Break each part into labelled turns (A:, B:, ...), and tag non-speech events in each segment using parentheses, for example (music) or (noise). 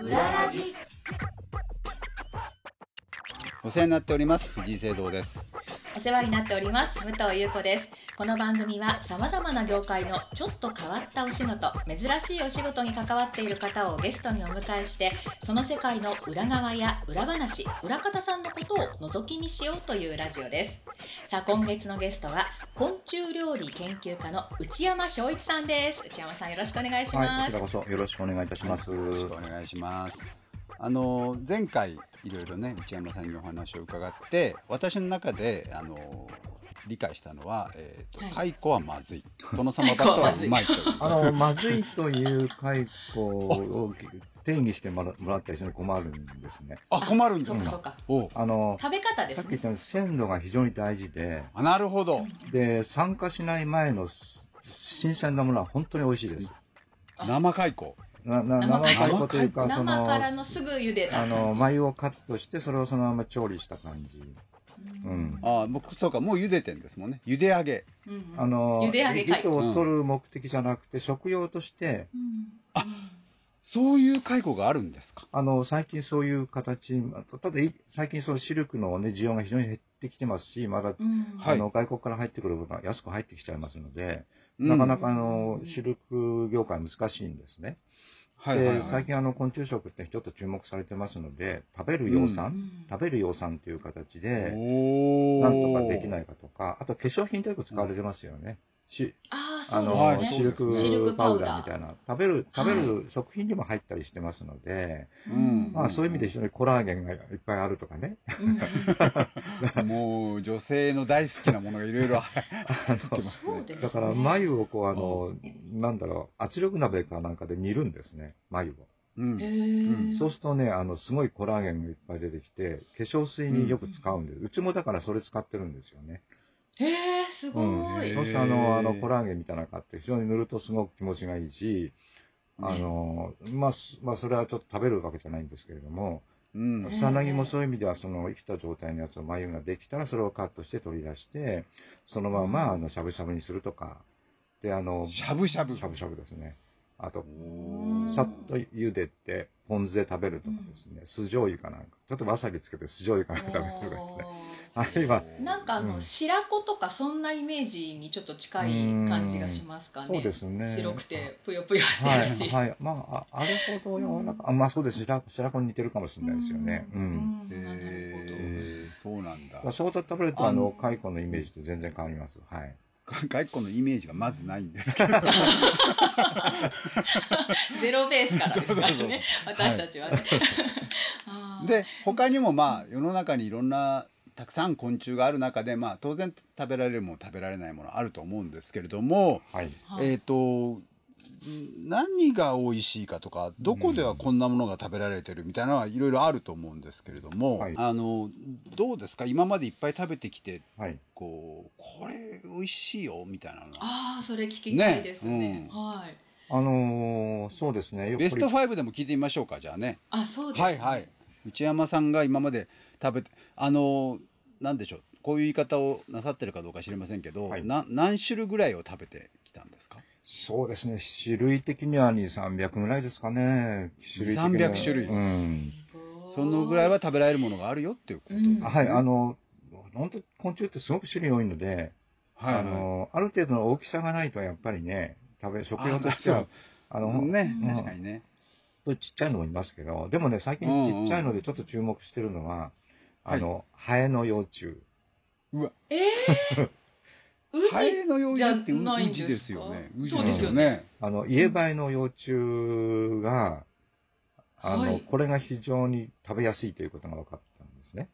A: 裏ラジ
B: お世話になっております藤井聖堂です
A: お世話になっております武藤優子ですこの番組はさまざまな業界のちょっと変わったお仕事珍しいお仕事に関わっている方をゲストにお迎えしてその世界の裏側や裏話裏方さんのことを覗き見しようというラジオですさあ今月のゲストは昆虫料理研究家の内山翔一さんです内山さんよろしくお願いし
C: はい、
A: ま
C: こち
A: す、
C: らこそよろしくお願いいたします。
B: よろしくお願いしますあの前回いろいろね内山さんにお話を伺って私の中であの理解したのは、えーと
A: は
B: 蚕はまずい殿様バッタはうまいという
C: あの、まずいという解雇を定義してもらもらったりするの困るんですね。
B: あ困るんで
A: そう
B: す
A: かそう
B: か
A: か
B: おう
C: あの、
A: 食べ方で
C: さっ
A: す
C: き言
A: ね
C: ったように鮮度が非常に大事で、
B: あなるほど
C: で、酸化しない前の新鮮なものは本当に美味しいです。
B: 生蚕
C: なな
A: 生解
C: 生
A: 雇
C: 解雇というか、そ
A: 生
C: の、
A: から
C: あ
A: のすぐ茹でた
C: の、眉をカットして、それをそのまま調理した感じ。うん
B: あーもうそうかもう茹でてんですもんね茹で上げ
A: うんうん
C: あの、
A: 茹で上げ解雇
C: 糸を取る目的じゃなくて、食用として、
A: あ
B: そういう蚕があるんですか
C: あの、最近そういう形、まあただい、最近そのシルクのね、需要が非常に減ってきてますし、まだ、
A: うん
B: はい
C: あの、外国から入ってくる分が安く入ってきちゃいますので、
B: うん
C: なかな
B: は
C: かあの、シルク業界難しいんですね。
B: いはい
C: で、
B: はい
C: 最近あの、昆虫食ってちょっと注目されてますので、食べる養
A: う
C: 蚕、
A: ん
C: 食べる養蚕という形で、
B: おお
C: なんとかできないいかとか、あと化粧品でよく使われてますよね。し
A: ああ、
C: あ
A: そう
C: の、
B: はい
A: です
C: シ
A: ね。
C: ルク
A: シルクパ
C: パ
A: ウ
C: ウ
A: ダー
C: ダーみたいな、食べる、食べる食品にも入ったりしてますので、
B: うん
C: まあそういう意味で非常にコラーゲンがいっぱいあるとかね、
A: うん
B: もう女性の大好きなものがいろいろ入ってます
A: そう
B: ね
A: ですね。
C: だから、眉をこう、あの、なんだろう、圧力鍋かなんかで煮るんですね、眉を。
B: うん
A: へー
C: そうするとね、あの、すごいコラーゲンがいっぱい出てきて、化粧水によく使うんです。うちもだからそれ使ってるんですよね。
A: へえ、すご
C: うん。そう
A: い。
C: するとあの、あの、コラーゲンみたいなのがあって、非常に塗るとすごく気持ちがいいし、あの、まあ、すまあ、それはちょっと食べるわけじゃないんですけれども、
B: うん
A: ん
C: 草薙もそういう意味では、その、生きた状態のやつを眉ができたら、それをカットして取り出して、そのまま、あの、しゃぶしゃぶにするとか、で、あの、
B: しゃぶしゃぶ
C: しゃぶしゃぶですね。あと、
A: うん
C: さっと茹でて、ポン酢で食べるとかですね、酢醤油かなんか、ちょっとわさびつけて酢醤油かなんか食べるとかですね。あるいは、
A: なんかあ
C: う
A: の
C: ん
A: 白子とかそんなイメージにちょっと近い感じがしますかね。
C: そうですね。
A: 白くてぷよぷよしてるし。
C: はい、はい。 (laughs) まあ、ああれほど柔らかあ、まあそうです。白子白子に似てるかもしれないですよね。
A: う
C: う。
A: んんなる
B: えー、そうなんだ
C: まあ、そうだって食べると、あ
B: あ
C: の、
B: の
C: 蚕のイメージと全然変わります。はい。
B: 外交のイメージがまずないんですけど
A: ほどゼロベースからですから
B: (laughs)
A: ね。私たちはね。あ (laughs) ー
B: で他にもまあ世の中にいろんなたくさん昆虫がある中でまあ当然食べられるもの食べられないものあると思うんですけれども
C: は
A: は
C: い。
A: い
B: えっ、と何が美味しいかとかどこではこんなものが食べられてるみたいなのはいろいろあると思うんですけれども、
C: はい
B: あのどうですか今までいっぱい食べてきて
C: はい。
B: こうこれ美味しいよみたいなのは
A: ああ、それ聞きたいですね
B: ね。うん
A: はい。
C: あのーそうですね。よく
B: ベスト5でも聞いてみましょうかじゃあね
A: あ、そうです、
B: はいはい。内山さんが今まで食べてあのなんでしょうこういう言い方をなさってるかどうか知りませんけど、
C: はい
B: な何種類ぐらいを食べてきたんですか
C: そうですね。種類的には2、300ぐらいですかね。種類的には
B: 300種類
C: うん。
B: そのぐらいは食べられるものがあるよっていうことですね、
A: うん
C: はい、あの、本当昆虫ってすごく種類多いので、
B: はい
C: あ
B: は
C: の、ある程度の大きさがないとやっぱりね、食べ、食用として
B: あ
C: は、あの、ほ
B: い
C: ん
B: ね
C: うん
B: 確かにね、
C: とちっちゃいのもいますけど、でもね、最近
B: うんうん
C: ちっちゃいのでちょっと注目してるのは、
B: はい
C: あの、ハエの幼虫。
A: ええ
B: (laughs)
A: ー、う
B: ハエの幼
A: じゃ
B: 虫って
A: ないん
B: ウ
A: です
B: ジ
A: か
B: ですよねウジ
C: そうですよ
B: ね
C: あの、イエバエの幼虫が、あの、
A: はい
C: これが非常に食べやすいということが分かったんですね。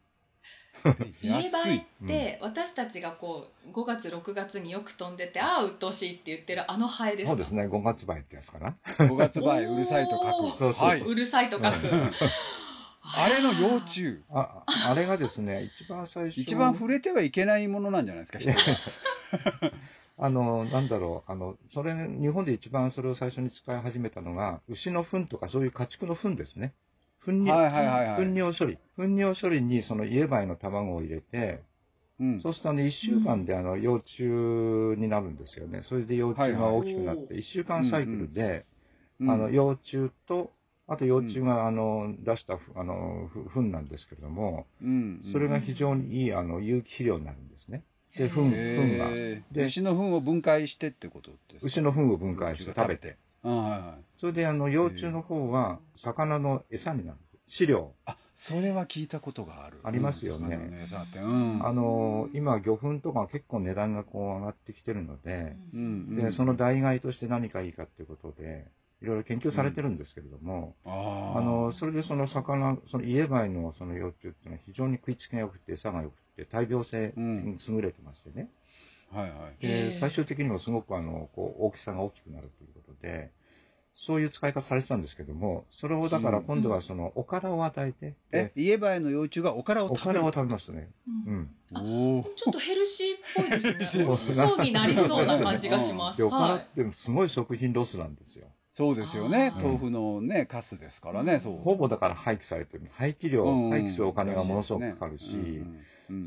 A: 家映
B: 安
A: えっ
B: い
A: て、私たちがこう5月6月によく飛んでてああうっとうしいって言ってるあのハエです
C: そ
A: か
C: うですね、5月梅ってやつかな。
B: 5月前うるさいと
A: お
B: 書
A: ー
B: く
C: そうそうそう
B: はいう
A: るさいとかく、 (laughs)
B: あれの幼虫
C: あ、あれがですね、一番最初。
B: 一番触れてはいけないものなんじゃないですか人が
C: あの、なんだろう、あの、それ、日本で一番それを最初に使い始めたのが、牛の糞とかそういう家畜の糞ですね。糞
B: はい
C: 尿、
B: はいはいはい
C: 糞尿処理。糞尿処理にそのイエバエの卵を入れて、
B: うん
C: そうするとね、1週間であの、幼虫になるんですよね。それで幼虫が大きくなっ
A: はいは
C: て、1週間サイクルで、
B: うん
C: あの、幼虫と、あと幼虫が、あの出したふあのふ糞なんですけれども、
B: うんうん
C: それが非常にいいあの有機肥料になるんですね。で、糞
A: へ
C: 糞が
B: へー
C: で
B: 牛の糞を分解してってことですか
C: 牛の糞を分解して食べて、
B: て。あはいはい。
C: それであの幼虫の方は魚の餌になる。飼料。
B: あ、それは聞いたことがある。
C: ありますよね
B: うん魚の餌って。うん。
C: あの今、魚粉とか結構値段がこう上がってきてるので、
B: う
A: うん
B: ん。う
C: で
B: ん
C: その。代替として何かいいかっていうことで、いろいろ研究されてるんですけれども、
B: あ
C: あ
B: ー
C: のそれでその魚、その家貝のその幼虫っていうのは非常に食いつきが良くて、餌が良くて、大病性に優れてましてね、
B: はいはい。
A: へえ
C: で最終的にもすごくあのこう大きさが大きくなるということで、そういう使い方されてたんですけども、それをだから今度はそのおからを与えて、
B: え
C: で、
B: 家バエの幼虫がおからを
C: お
B: 食べる
C: からを食べますね。
A: う
C: うんん
B: お
A: あ
B: ー
A: ちょっとヘルシーっぽいですね。
B: そう
A: おそうになりそうな感じがします。
C: でおから
A: は
C: ってすごい食品ロスなんですよ。
B: そうですよね
A: あ。ー
B: 豆腐のね、カスですからね、そう。
C: ほぼだから廃棄されてる。廃棄量、
B: うん
C: 廃棄するお金がものすごくかかるし、
B: うんうんう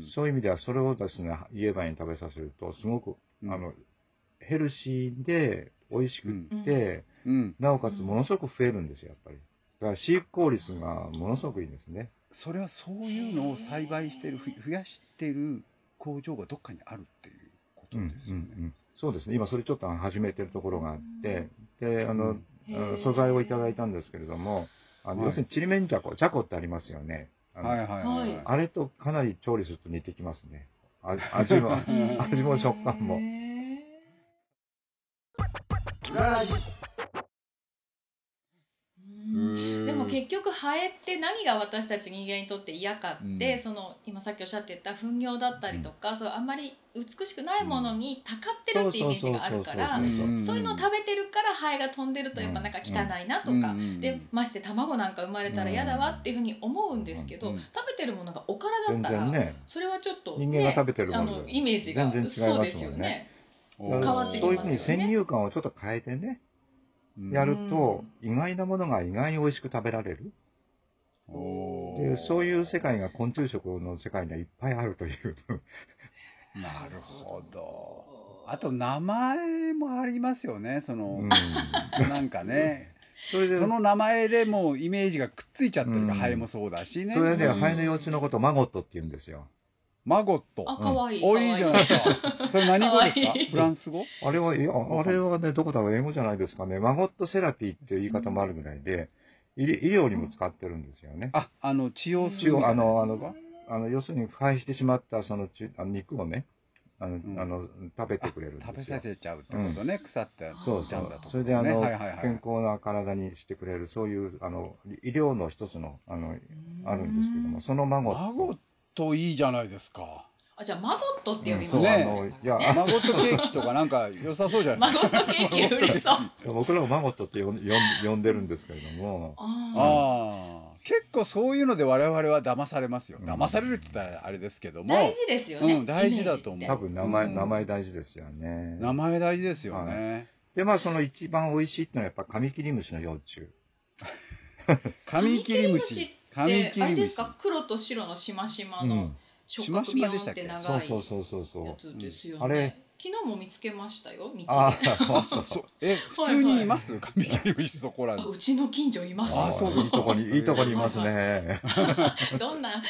B: ん
C: そういう意味ではそれをですね、家バエに食べさせると、すごく、
B: うん
C: あの、ヘルシーで美味しくって、
B: うん。
C: なおかつものすごく増えるんですよ、やっぱり。だから飼育効率がものすごくいいんですね。
B: それはそういうのを栽培してる、ふ増やしてる工場がどっかにあるっていうことですよね。
C: うんうんうんそうですね、今それちょっと始めてるところがあって、で、あ
B: う
C: の
B: ん、
A: い。
C: あの素材をいただいた
A: ん
C: んですけれども、あの
B: はい
C: 要するにちりめんじゃこ、じゃこってありますよね。あの
B: はいはいはい
A: はい
B: はい。
C: あれとかなり調理すると似てきますね。あ味も。
B: (laughs)
C: 味も食感も
A: でも
B: 結
A: 結局ハエって何が私たち人間にとって嫌かって、
B: うん
A: その今さっきおっしゃってた糞尿だったりとか、そうあんまり美しくないものにたかってるってイメージがあるから
C: そうそう
B: 局
A: そういうのを食べてるからハエが飛んでるとやっぱなんか汚いなとか、でまして卵なんか生まれたら嫌だわっていうふうに思うんですけど、
B: うんうん
A: 食べてるものがおからだっ
C: 全
A: たら、
C: 然ね、
A: それはちょっと、ね、
C: 人間が食べてるも
A: あ
C: の
A: のイメージが
C: 全然違いますも
A: そ
C: んね
A: うですよね。
C: 変
A: 変わってき
C: そうい
A: ま
C: う
A: す
C: ふ
A: よ
C: う
A: ね
C: に先入観をちょっと変えてね、やると、意外なものが意外に美味しく食べられる。でそういう世界が昆虫食の世界にはいっぱいあるという。
B: なるほど。あと名前もありますよね。その、
C: うん
B: なんかね、
C: (laughs) それで、
B: そ
C: そ
B: の名前でもうイメージがくっついちゃってるから、
C: うん
B: ハエもそうだしね。
C: れでね、
A: うん
C: ハエの幼虫のことをマゴットって言うんですよ。
B: マゴット。
A: あ、可愛い
B: お、いいじゃないですか。それ何語です
A: か
B: か
A: わいい
B: フランス語
C: あれは、いや、あれはね、どこだろう、英語じゃないですかね。マゴットセラピーっていう言い方もあるぐらいで、医医療にも使ってるんですよね。
B: あ、あの、血を吸うみたいなやつですか
C: あの、要するに腐敗してしまった、そのち、あの肉をね、あの、
B: ん
C: あの食べてくれるんですよ。
B: 食べさせちゃうってことね。腐ってい
C: そうそ
B: たん
C: う
B: だと。
C: それで、あの、
B: はいはいはい
C: 健。康な体にしてくれる、そういう、あの、医療の一つの、あの、あるんですけども、。その孫。
B: マゴットいいじゃないですか。
A: あ、じゃあマゴットって呼び
C: そ
A: ま
C: う、
A: しょう。
B: ね
C: あの、いや、
B: マゴットケーキとかなんか良さそうじゃな
A: マ
B: い
A: ゴ
B: ですか。
A: ットケーキ売れそう。
C: 僕らをマゴットって呼ん呼ん呼んでるんですけれども、
A: あ
B: (laughs) ああ。結構そういうので我々は騙されますよ。騙されるって言ったらあれですけど
A: ー
B: も。
A: 大事ですよね。
B: うん大事だと思う
A: イメー
C: 多
A: ジって
C: 分名前、
B: うん
C: 名前大事ですよね。
B: 名前大事ですよね。
C: で、まあ、その一番美味しいってのはやっぱカミキリムシの幼虫。
B: カミキリムシ。カミ
A: で、
B: キ
A: あれ
B: リ
A: で
B: ム
A: す
B: シ。
A: か、黒と白のしましま
C: う
A: の
C: ん。
A: 触覚ビヨン
B: しましまでした
A: っ
B: っけ
A: て
C: そ
A: 長
C: う
A: い
C: そう
A: や
C: そうそうそう。
A: つです
C: うん
A: よ
C: あれ
A: ね。昨日も見つけましたよ、道で。
C: あ
A: あ、
B: あ、そうそう。
A: (laughs)
B: え、普通にいますカミキリムシそこらに。
A: うちの近所いますよ。
B: (laughs) あそう
C: いいとこに、いいとこにいますね。
A: どんな、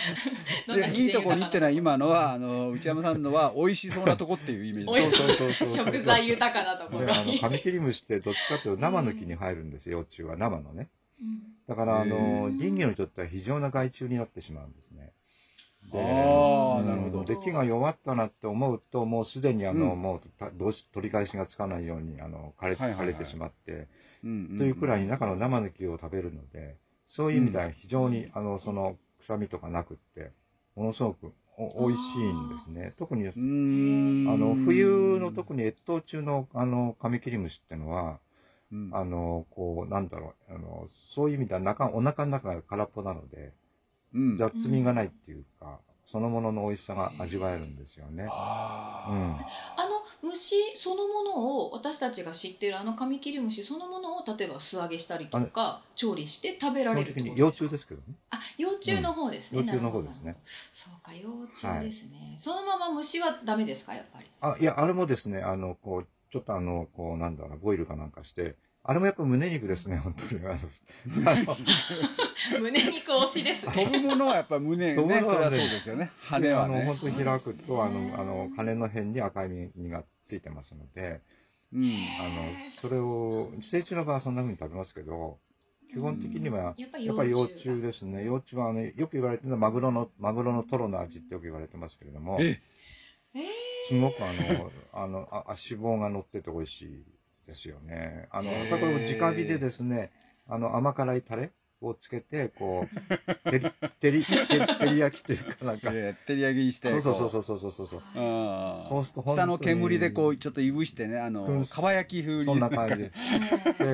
A: どん
B: で
A: な自然豊かない
B: いとこに行ってのは今のはあの内山さんのは美味しそうなとこっていうイメージ
A: (laughs)
C: (laughs)
A: 美味し
B: そうそうそうそう
A: 食材豊かなところ
C: で、あの、
A: に
C: カ。ミキリムシってどっちかというと生の木に入るんですよ、幼虫は。生のね。
A: うん
C: だから、あ
A: へ
C: の、
A: ー
C: 人魚にとっては非常な害虫になってしまうんですね。で
B: ああなるほ
C: う
B: ど
C: んで、木が弱ったなって思うと、もうすでにあの、
B: うん
C: もうたどうし取り返しがつかないように、あの、枯れて、
B: はいはいはい
C: 枯れてしまって、
B: と
C: というくらい
B: に
C: 中の生の木を食べるので、そういう意味では非常に、あの、その、臭みとかなくって、ものすごくお美味しいんですね。特に、
B: うーん
C: あの、冬の特に越冬中の、あの、カミキリムシってのは、
B: うん
C: あの、こう、なんだろう、あの、そういう意味では中、お腹の中が空っぽなので、
B: うん
C: 雑味がないっていうか、そのものの美味しさが味わえるんですよね。う
B: あ
C: ん。
A: あの虫そのものを私たちが知ってるあのカミキリムシそのものを例えば素揚げしたりとか調理して食べら
C: 基
A: れ
C: 本
A: るっ
C: 的
A: てこ
C: に
A: と
C: 幼
A: です
C: 虫
A: か
C: ですけどね。
A: あ幼虫の方ですね、
C: うん
A: なるほど
C: 幼虫の方ですね
A: そうか幼虫ですね、そのまま虫はダメですかやっぱり
C: あ、いや、あれもですね、あの、こう、ちょっとあの、こう、なんだろうな、ボイルかなんかして、あれもやっぱ胸肉ですね、本当に。あの
A: (laughs) 胸肉推しですね。
B: 飛ぶものはやっぱ胸
C: (laughs) 飛ぶ
B: ね、
C: も
B: そ
C: の
B: りゃ
C: はね
B: そうですよね。羽は
C: あの、
B: ね。
C: 本当に開くと、あ
A: そうですね
C: の、あの、羽の辺に赤い実がついてますので、
B: うん。
C: あの、それを、寄生虫の場合はそんな風に食べますけど、基本的には、
A: やっぱり
C: や
A: 幼
C: っぱり
A: 虫
C: 幼虫ですね。幼虫は、あの、よく言われてるのは、マグロの、マグロのトロの味ってよく言われてますけれども、
B: え
C: す
A: えー
C: ごくあの、あの、あ脂肪が乗ってて美味しいですよね。あの、
B: へー
C: これ直火でですね、あの、甘辛いタレをつけて、こう、てり、てり、てりてり焼きというかなんか、
B: えー照り上げにして、
C: そうそう
B: こ
C: そうそうそうそうそう。
B: う。う
C: そ
B: ん。
C: うすると
B: 下の煙でこう、
C: う、
B: ちょっといぶしてね、あ
C: う
B: の、
C: ん
B: かば焼き風
C: そ
B: に。
C: んな感じで。で、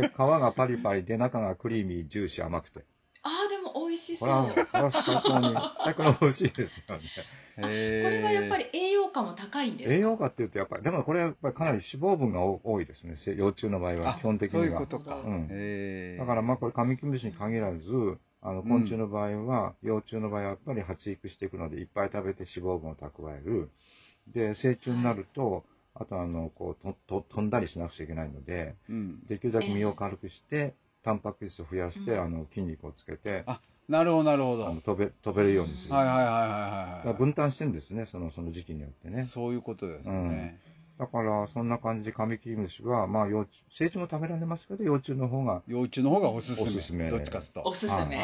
C: 皮がパリパリで、中がクリーミー、ジューシー、甘くて。
A: ああ、でも美味しそう。
C: これは、こ
A: こ
C: れは最高に、最高に美味しいですよね。
B: へー
A: れはやっぱり栄養価も高いんです
C: 栄
A: か
C: 養価っていうと、やっぱり、でもこれはやっぱりかなり脂肪分が多多いですね、せ幼虫の場合は、
B: あ
C: 基本的には。
B: そういうことか。
C: うん
B: へー
C: だからまあこれ、カミキリムシに限らず、あの、昆虫の場合は、幼虫の場合はやっぱり発育していくので、いっぱい食べて脂肪分を蓄える。で、成虫になると、あとあの、こう、と、と、飛んだりしなくちゃいけないので、
B: うん。
C: できるだけ身を軽くして、タンパク質を増やして、
A: うん
C: あの、筋肉をつけて、
B: なるほど、なるほど。
C: あ
B: はい
C: の飛べ、飛べるようにする。
B: はい
C: だ
B: はいはい
C: か
B: は
C: ら
B: いは
C: 分担してんですね、その、その時期によって
B: い。
C: ね。
B: そういうことですね。
C: だから、そんな感じでカミキリムシは、まあ、幼虫、成虫も食べられますけど、幼虫の
B: (laughs)
C: 方が、
B: 幼虫の方がおすすめ。
C: おすすめ
B: どっちかっつうと。
A: おすす
B: はい
A: め。
B: は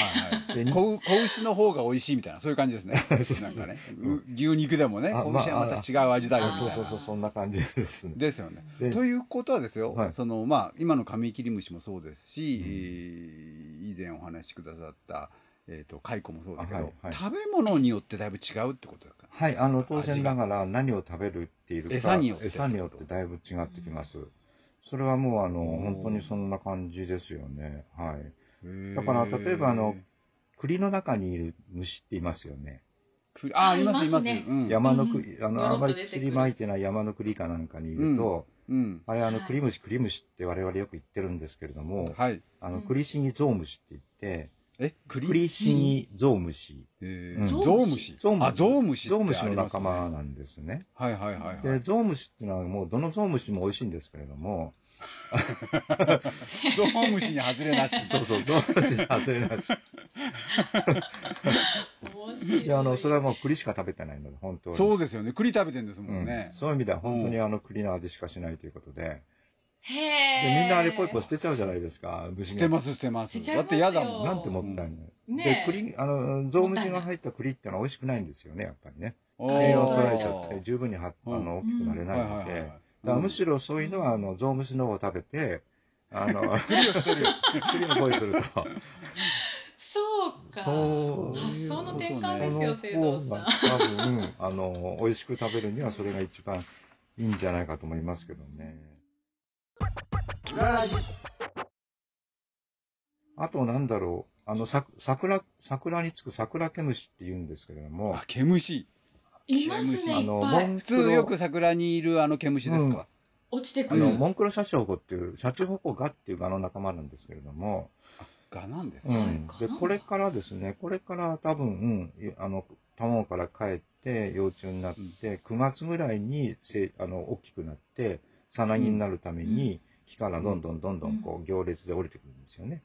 B: い
C: でに
B: 子牛子牛の方が美味しいみたいな、そういう感じです
C: (laughs)
B: ね。なんかね、う牛肉でもね、
C: あ
B: 子牛はまた違う味だよ
A: まあ
B: み
C: そ
B: たい
C: うそう
B: な
C: そう。、そんな感じですね。
B: ですよね。
C: で
B: ということはですよ、
C: はい
B: そのまあ、今のカミキリムシもそうですし、えー以前お話しくださった、えー、とカイコもそうだけど、
C: あはいはい
B: 食べ物によってだいぶ違うってことですか
C: はい、あの、当
B: 味
C: 然
B: が
C: ながら何を食べるっていうか、
B: 餌によって
C: 餌によってだいぶ違ってきます。それはもう、あの、本当にそんな感じですよね。はい。だから例えばあの栗の中にいる虫っていますよね。
B: くあありますい
A: い
B: ま
A: ますすね
B: うん
C: 山の栗、あ
A: よ
C: の、
A: ろ
C: あ
A: っ
C: ま
A: と
C: り
A: 出てくる
C: 切りまいてない山の栗かなんかにいると、
B: うん
C: あれ、あの、
A: はい
C: 栗虫、栗虫って我々よく言ってるんですけれども、
B: はい
C: あ
A: う
C: の、
A: ん
C: 栗シギゾウムシって言って、
B: え栗
C: 栗シギゾウムシ。
B: え
C: う
B: ー、
C: ん
B: ゾウムシ
C: ゾウムシ
B: あゾウムシ
C: ゾウ
B: っ
C: ム
B: て
C: シ
B: あ
C: の
B: ります、
C: 仲
B: ね、
C: 間なんですね。
B: はいはいはいは
C: で、
B: い
C: ゾウムシっていうのはもう、どのゾウムシも美味しいんですけれども、
B: ゾウムシに外れなし
C: (laughs) そうそう、ゾウムシに外れない (laughs) し。
A: 面白い。
C: で、
B: (laughs)
C: あの、それはもう栗しか食べてないので、本当に。
B: そうですよね栗食べてんですも
C: うんん
B: ね、
C: そういう意味では本当にあの栗の味しかしないということで。
A: へ
C: で、
A: え。
C: みんなあれポイポイ捨てちゃうじゃないですか、虫
B: 捨て
C: が。
B: ます捨てます
A: 捨てちゃい
B: だ
A: ま
B: っ
A: す
B: て
A: よ
B: 嫌だもん
C: なんてもったいない。
A: ね
C: で、
A: え
C: 栗、あの、ゾウムシが入った栗ってのは美味しくないんですよね、やっぱりね。
B: お
A: ー
C: 栄養取られちゃ
B: は
C: っ
B: い
C: て、十分には、あ
B: うん
C: の、大きくなれな
B: はいい
C: の
B: は
C: で。
B: い
C: だからむしろそういうのは、あ
A: うん
C: の、ゾウムシの方を食べて、あの、
B: (laughs) 栗を捨てる
C: (laughs) 栗の声すると。
A: そうか。
C: そう
A: 発想の転
B: そう
A: 換
B: い
A: で
B: う
A: すよ、生
C: こ
A: 徒
C: の
A: さん。
C: 方が多分、あの、美味しく食べるにはそれが一番いいんじゃないかと思いますけどね。あと、なんだろう。あの、さ桜、桜につく桜毛虫って言うんですけれども
B: あ、毛虫
A: います
B: あ
A: ね、い
C: の、
A: っ
C: モ
A: ぱい。
C: ン
B: 普
C: ク
B: 通
C: ロ
B: よく桜にいるあの毛虫ですか、
A: 落ちてく
C: あ
A: る。
C: の、
B: うん
C: モンクロシャチホコっていう、シャチホコガっていうガの仲間なんですけれども、
B: がなんです
C: う
B: か、
C: ん、でこれからですね、これから多分、うん、いあの卵から帰って幼虫になって、9月ぐらいにせあの大きくなって、さなぎになるために、木からどんどんどんどんこう行列で降りてくるんですよね。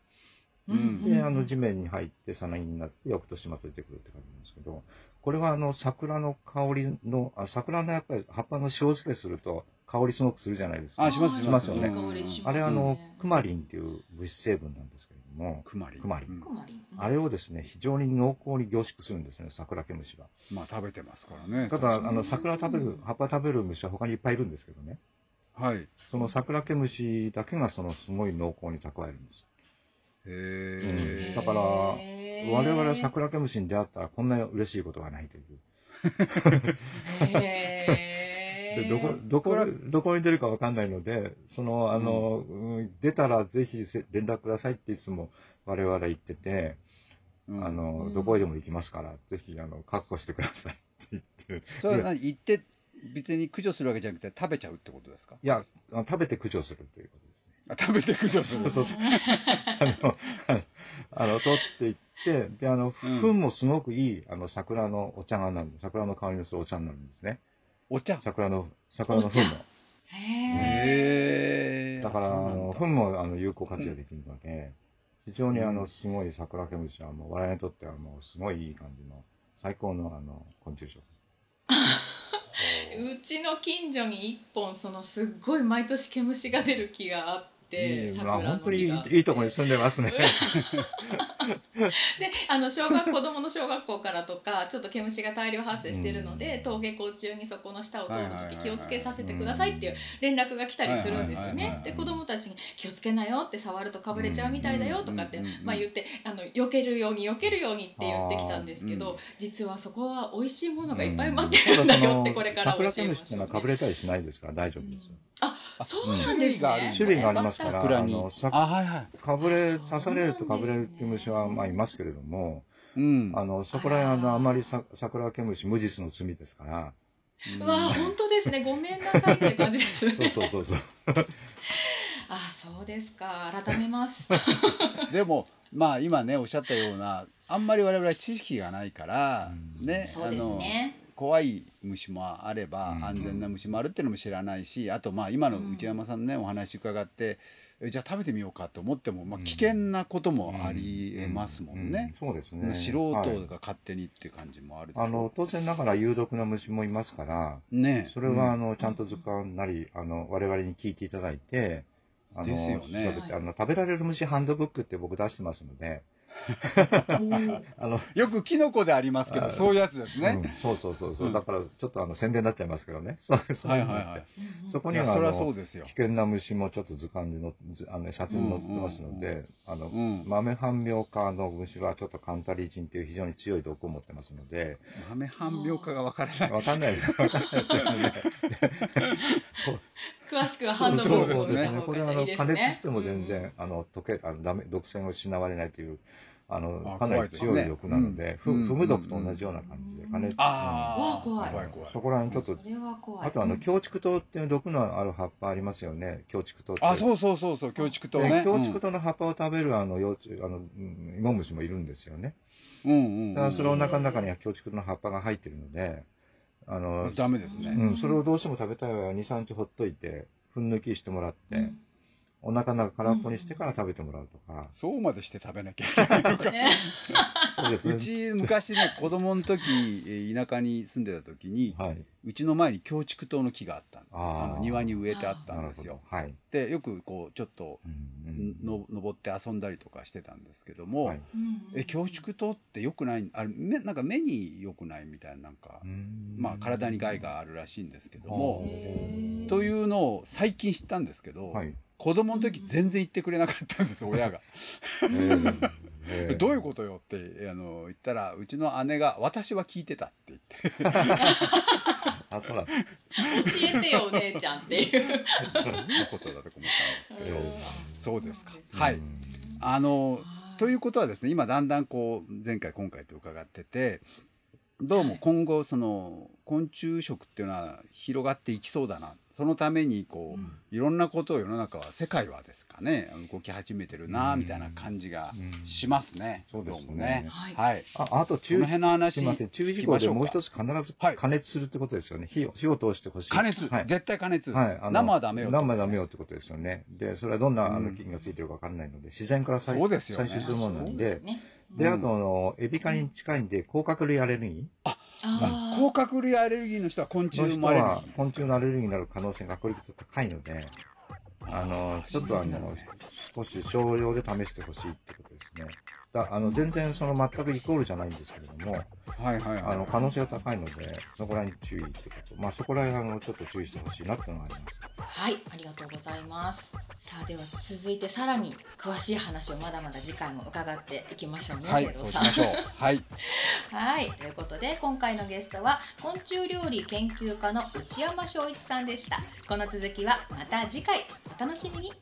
B: うん
C: で、あの地面に入ってさなぎになって、翌年また出てくるって感じなんですけど、これはあの桜の香りの、あ桜のやっぱり葉っぱの塩漬けすると香りすごくするじゃないですか。
B: あします
C: しますよね
A: いい香りし
C: あ
A: ますね
C: れはあの、クマリンっていう物質成分なんですけれども、
B: クマリン
C: クマリン
B: うん
A: クマリン
C: あれをですね、非常に濃厚に凝縮するんですね、桜毛虫は。
B: まあ食べてますからね
C: た
B: 確
C: だ、
B: か
C: あ
B: に
C: の、桜食べる、葉っぱ食べる虫は他にいっぱいいるんですけどね。
B: はいへ
C: その桜毛虫だけがそのすごい濃厚に蓄えるんです。
B: え、
C: だから
A: 我
C: 我々は桜毛虫に出会ったらこんな嬉しいことはないという。
A: へ
C: で
A: ー
C: どこ、どこ、どこに出るかわかんないので、その、あの、うん出たらぜひせ連絡くださいっていつも我々言ってて、
B: うん
C: あ
A: う
C: の、
A: ん
C: どこへでも行きますから、ぜひ、あの、確保してくださいって言ってる。
B: それは何言って別に駆除するわけじゃなくて食べちゃうってことですか
C: いや、あの食べて駆除するということですね。
B: あ食べて駆除する
C: そうそうあの、あの、取っていって、で、あの、
B: うん
C: 糞もすごくいい、あの、桜のお茶がなる、桜の香りのするお茶になるんですね。
B: お茶
C: 桜の、桜の糞の。
A: へえ。
B: へえ。
C: だから、あの、糞
B: も。
C: もあの有効活用できるので、非常にあ
B: う
C: の、
B: ん
C: すごい桜ケムシは、もう我々にとってはもう、すごいいい感じの、最高のあの、昆
A: (laughs)
C: 虫食。
A: うちの近所に一本そのすっごい毎年毛虫が出る木があって、
C: いいまあ、
A: 桜の
C: 本当に
A: 木があって
C: いいとこに住ん
A: (laughs)
C: でますね。
A: であの小学子供の小学校からとかちょっと毛虫が大量発生してるので、
C: うん
A: 登下校中にそこの下を通る
B: はいはいはい
A: 時
B: は
A: 気を
B: い
A: つけさせてくださいっていう連絡が来たりするんですよ
B: はいはいはいは
A: ね。
B: い
A: で子供たちに「気をつけなよ」って触るとかぶれちゃうみたいだよとかって、
B: うんうんうんうん
A: まあ、言ってあの避けるように避けるようにって言ってきたんですけど、
B: うん
A: 実はそこは美味しいものが
C: う
A: いっぱい待ってるんだよってこれから教
C: 桜
A: え
C: ケムシ
A: ましてょ
C: っの
A: う
C: はか
A: ね。
C: ぶれたりしないですから大丈
A: う
C: 夫ですよ
A: ん。あそうなんです
B: 種類があるん
A: ね
B: だ。
C: 種類がありますから、
B: 桜
C: あ
B: に
C: の、さ
B: あ、はいはい。
C: かぶれ、
A: そうなんですね
C: 刺されるとかぶれるって虫は、まあ、いますけれども、
B: うん。
C: あの、そこら辺、あの、あまりさ桜ケムシ無実の罪ですから、
A: うわー本当ですねごめんなさいって感じです
C: そう
A: ね。
C: そうそうそう。
A: (laughs) あそうですか改めます。
B: でもまあ今ねおっしゃったようなあんまり我々は知識がないから、
C: うん
B: ね
A: そうですね。
B: あの怖い虫もあれば、
C: うん
B: 安全な虫もあるっていうのも知らないしあとまあ今の内山さんのね、お話伺ってえじゃあ食べてみようかと思っても、まあ、
C: うん
B: 危険なことも (laughs) ありえますもんね。
C: うん。そうです
B: ま
C: ね。
B: あ素人
C: はい
B: が勝手にっていう感じもあるでしょ
C: あの、当然ながら有毒な虫もいますから、
B: ね
C: それは、あ
B: うん
C: の、ちゃんと図鑑なり、あの、我々に聞いていただいて、あの、
B: ですよね
C: 調べてあの食べられる虫ハンドブックって僕出してますので、あの、
B: よくキノコでありますけど
C: あ
B: そういうやつです
C: う
B: ね
C: ん。そうそうそうそう、
B: うん
C: だからちょっとあの宣伝になっちゃいますけどね。そうそう
B: はいはいは
C: そこ
B: い。い
C: には
B: や
C: あ
B: それ
C: の
B: はそうですよ
C: 危。険な虫もちょっと図鑑にのずあの写真に載ってますので、
B: うん
C: あの、
B: うん、
C: 豆反病科の虫はちょっとカンタリジンという非常に強い毒を持ってますの
B: (laughs)
C: で、
B: 豆半病化が分からない。
C: わかんないです。わかんないですね。
A: 詳しくはハンド
B: そう
A: ボー
B: で
A: ルを
B: すね
A: 見た方
C: これは
A: が
C: あ
A: いい
C: の
A: で
C: 加
A: す
C: 熱
A: ね
C: して。も全然、あの溶けあのダメ毒性を失われないというあの
B: あ
C: かな
B: 怖
C: り
B: いですね
C: 強い毒なので、ふ
B: うん
C: フム毒と同じような感じで加熱。
B: ああ、
A: うわ怖い
B: 怖い
C: そこら辺ちょ
A: そ
C: っと。
A: れは怖い。
C: あとあの、強竹糖っていう毒のある葉っぱありますよね。強竹糖って。
B: あ、
C: う
B: そうそうそうそう、強竹とね。
C: 強竹糖の葉っぱを食べるあの幼虫、あの、うんイモムシもいるんですよね。
B: うんうんうん
C: だからそれをお腹の中には強竹糖の葉っぱが入ってるので、あの、
B: ダメです
C: う
B: ね。
C: ん、それをどうしても食べたい場合は2、3日ほっといて、ふん抜きしてもらって、
A: うん
C: お腹の中空っぽにしてから食べてもらうとか。
B: そうまでして食べなきゃいけないの
C: (laughs)
B: か。
A: ね
C: そうですね
B: うち昔ね子供の時えー田舎に住んでた時に
C: はい。
B: うちの前に強竹糖の木があったの
C: あ
B: あ
C: ー
B: の庭に植えてあったんですよ。
C: なるほど。はい。
B: でよくこうちょっと
C: うんうん
B: の登って遊んだりとかしてたんですけども、
C: はい
B: え強竹糖って良くないあれ目なんか目に良くないみたいななんか、
C: うん
B: まあ体に害があるらしいんですけども、
A: へー
B: というのを最近知ったんですけど、 (laughs)
C: はい。
B: 子供の時全然言ってくれなかったん
C: (laughs)
B: です親が。
C: え
B: どういうことよってあの言ったらうちの姉が「私は聞いてた」って言って
C: とあ、そうなんで
A: 教えてよお姉ちゃんっていう。
B: のことだと思ったんですけど、
A: うん
B: そうですか
A: う
B: はいあのといううことはですね今だんだんこう前回今回と伺っててどうも今後その昆虫食っていうのは広がっていきそうだなそのためにこう、
A: ん
B: いろんなことを世の中は世界はですかね動き始めてるな
C: うん
B: みたいな感じが
C: うん
B: しますね、
C: そうで
B: ど
C: すね
B: うもね。
A: はい
B: はい、
C: あ、あと
B: そ
C: 注
B: の
C: 意。
B: 辺の話
C: すみません。注意
B: 聞き
C: 事項
B: ま
C: で
B: しょ
C: も
B: う
C: う
B: か
C: 一つ必ず
B: はい
C: 加熱するってことですよね。火を、火を通してほしい。
B: 加熱、
C: はい。
B: 絶対加熱、
C: はいあの
B: 生はダメよと
C: 生ダメよってことですよね。で、それはどんなあ
B: う
C: の
B: ん
C: 菌がついてるかわかんないので、自然から採
B: そうですよね
C: 採取するものなんで、
A: ね。
C: で、あと、あの、エビ科に近いんで、甲殻類アレルギ
A: あー
B: 甲殻類アレルギーの人は昆
C: ーの
B: 虫
C: 人
B: もアレルギ
C: は
B: ー
C: 昆虫のアレルギーになる可能性が確率高いので、あの、ちょっとあ
B: そうなん
C: の
B: だね、
C: 少し少量で試してほしいってことですね。だあの、全然その全くイコールじゃないんですけれども、
B: はいはいはい
C: あの、可能性が高いので、そこら辺注意ってこと。まあ、そこら辺、あの、ちょっと注意してほしいなっていうのがあります。
A: はい、ありがとうございます。さあでは続いてさらに詳しい話をまだまだ次回も伺っていきましょうね。
B: はい
A: 遠藤
B: そうし
A: さん
B: ましょうはい
A: はい、ということで今回のゲストは昆虫料理研究家の内山翔一さんでした。この続きはまた次回お楽しみに。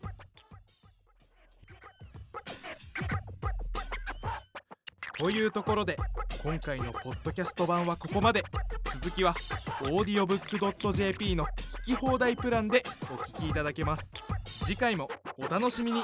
D: というところで今回のポッドキャスト版はここまで続きは audiobook.jp の聞き放題プランでお聞きいただけます次回もお楽しみに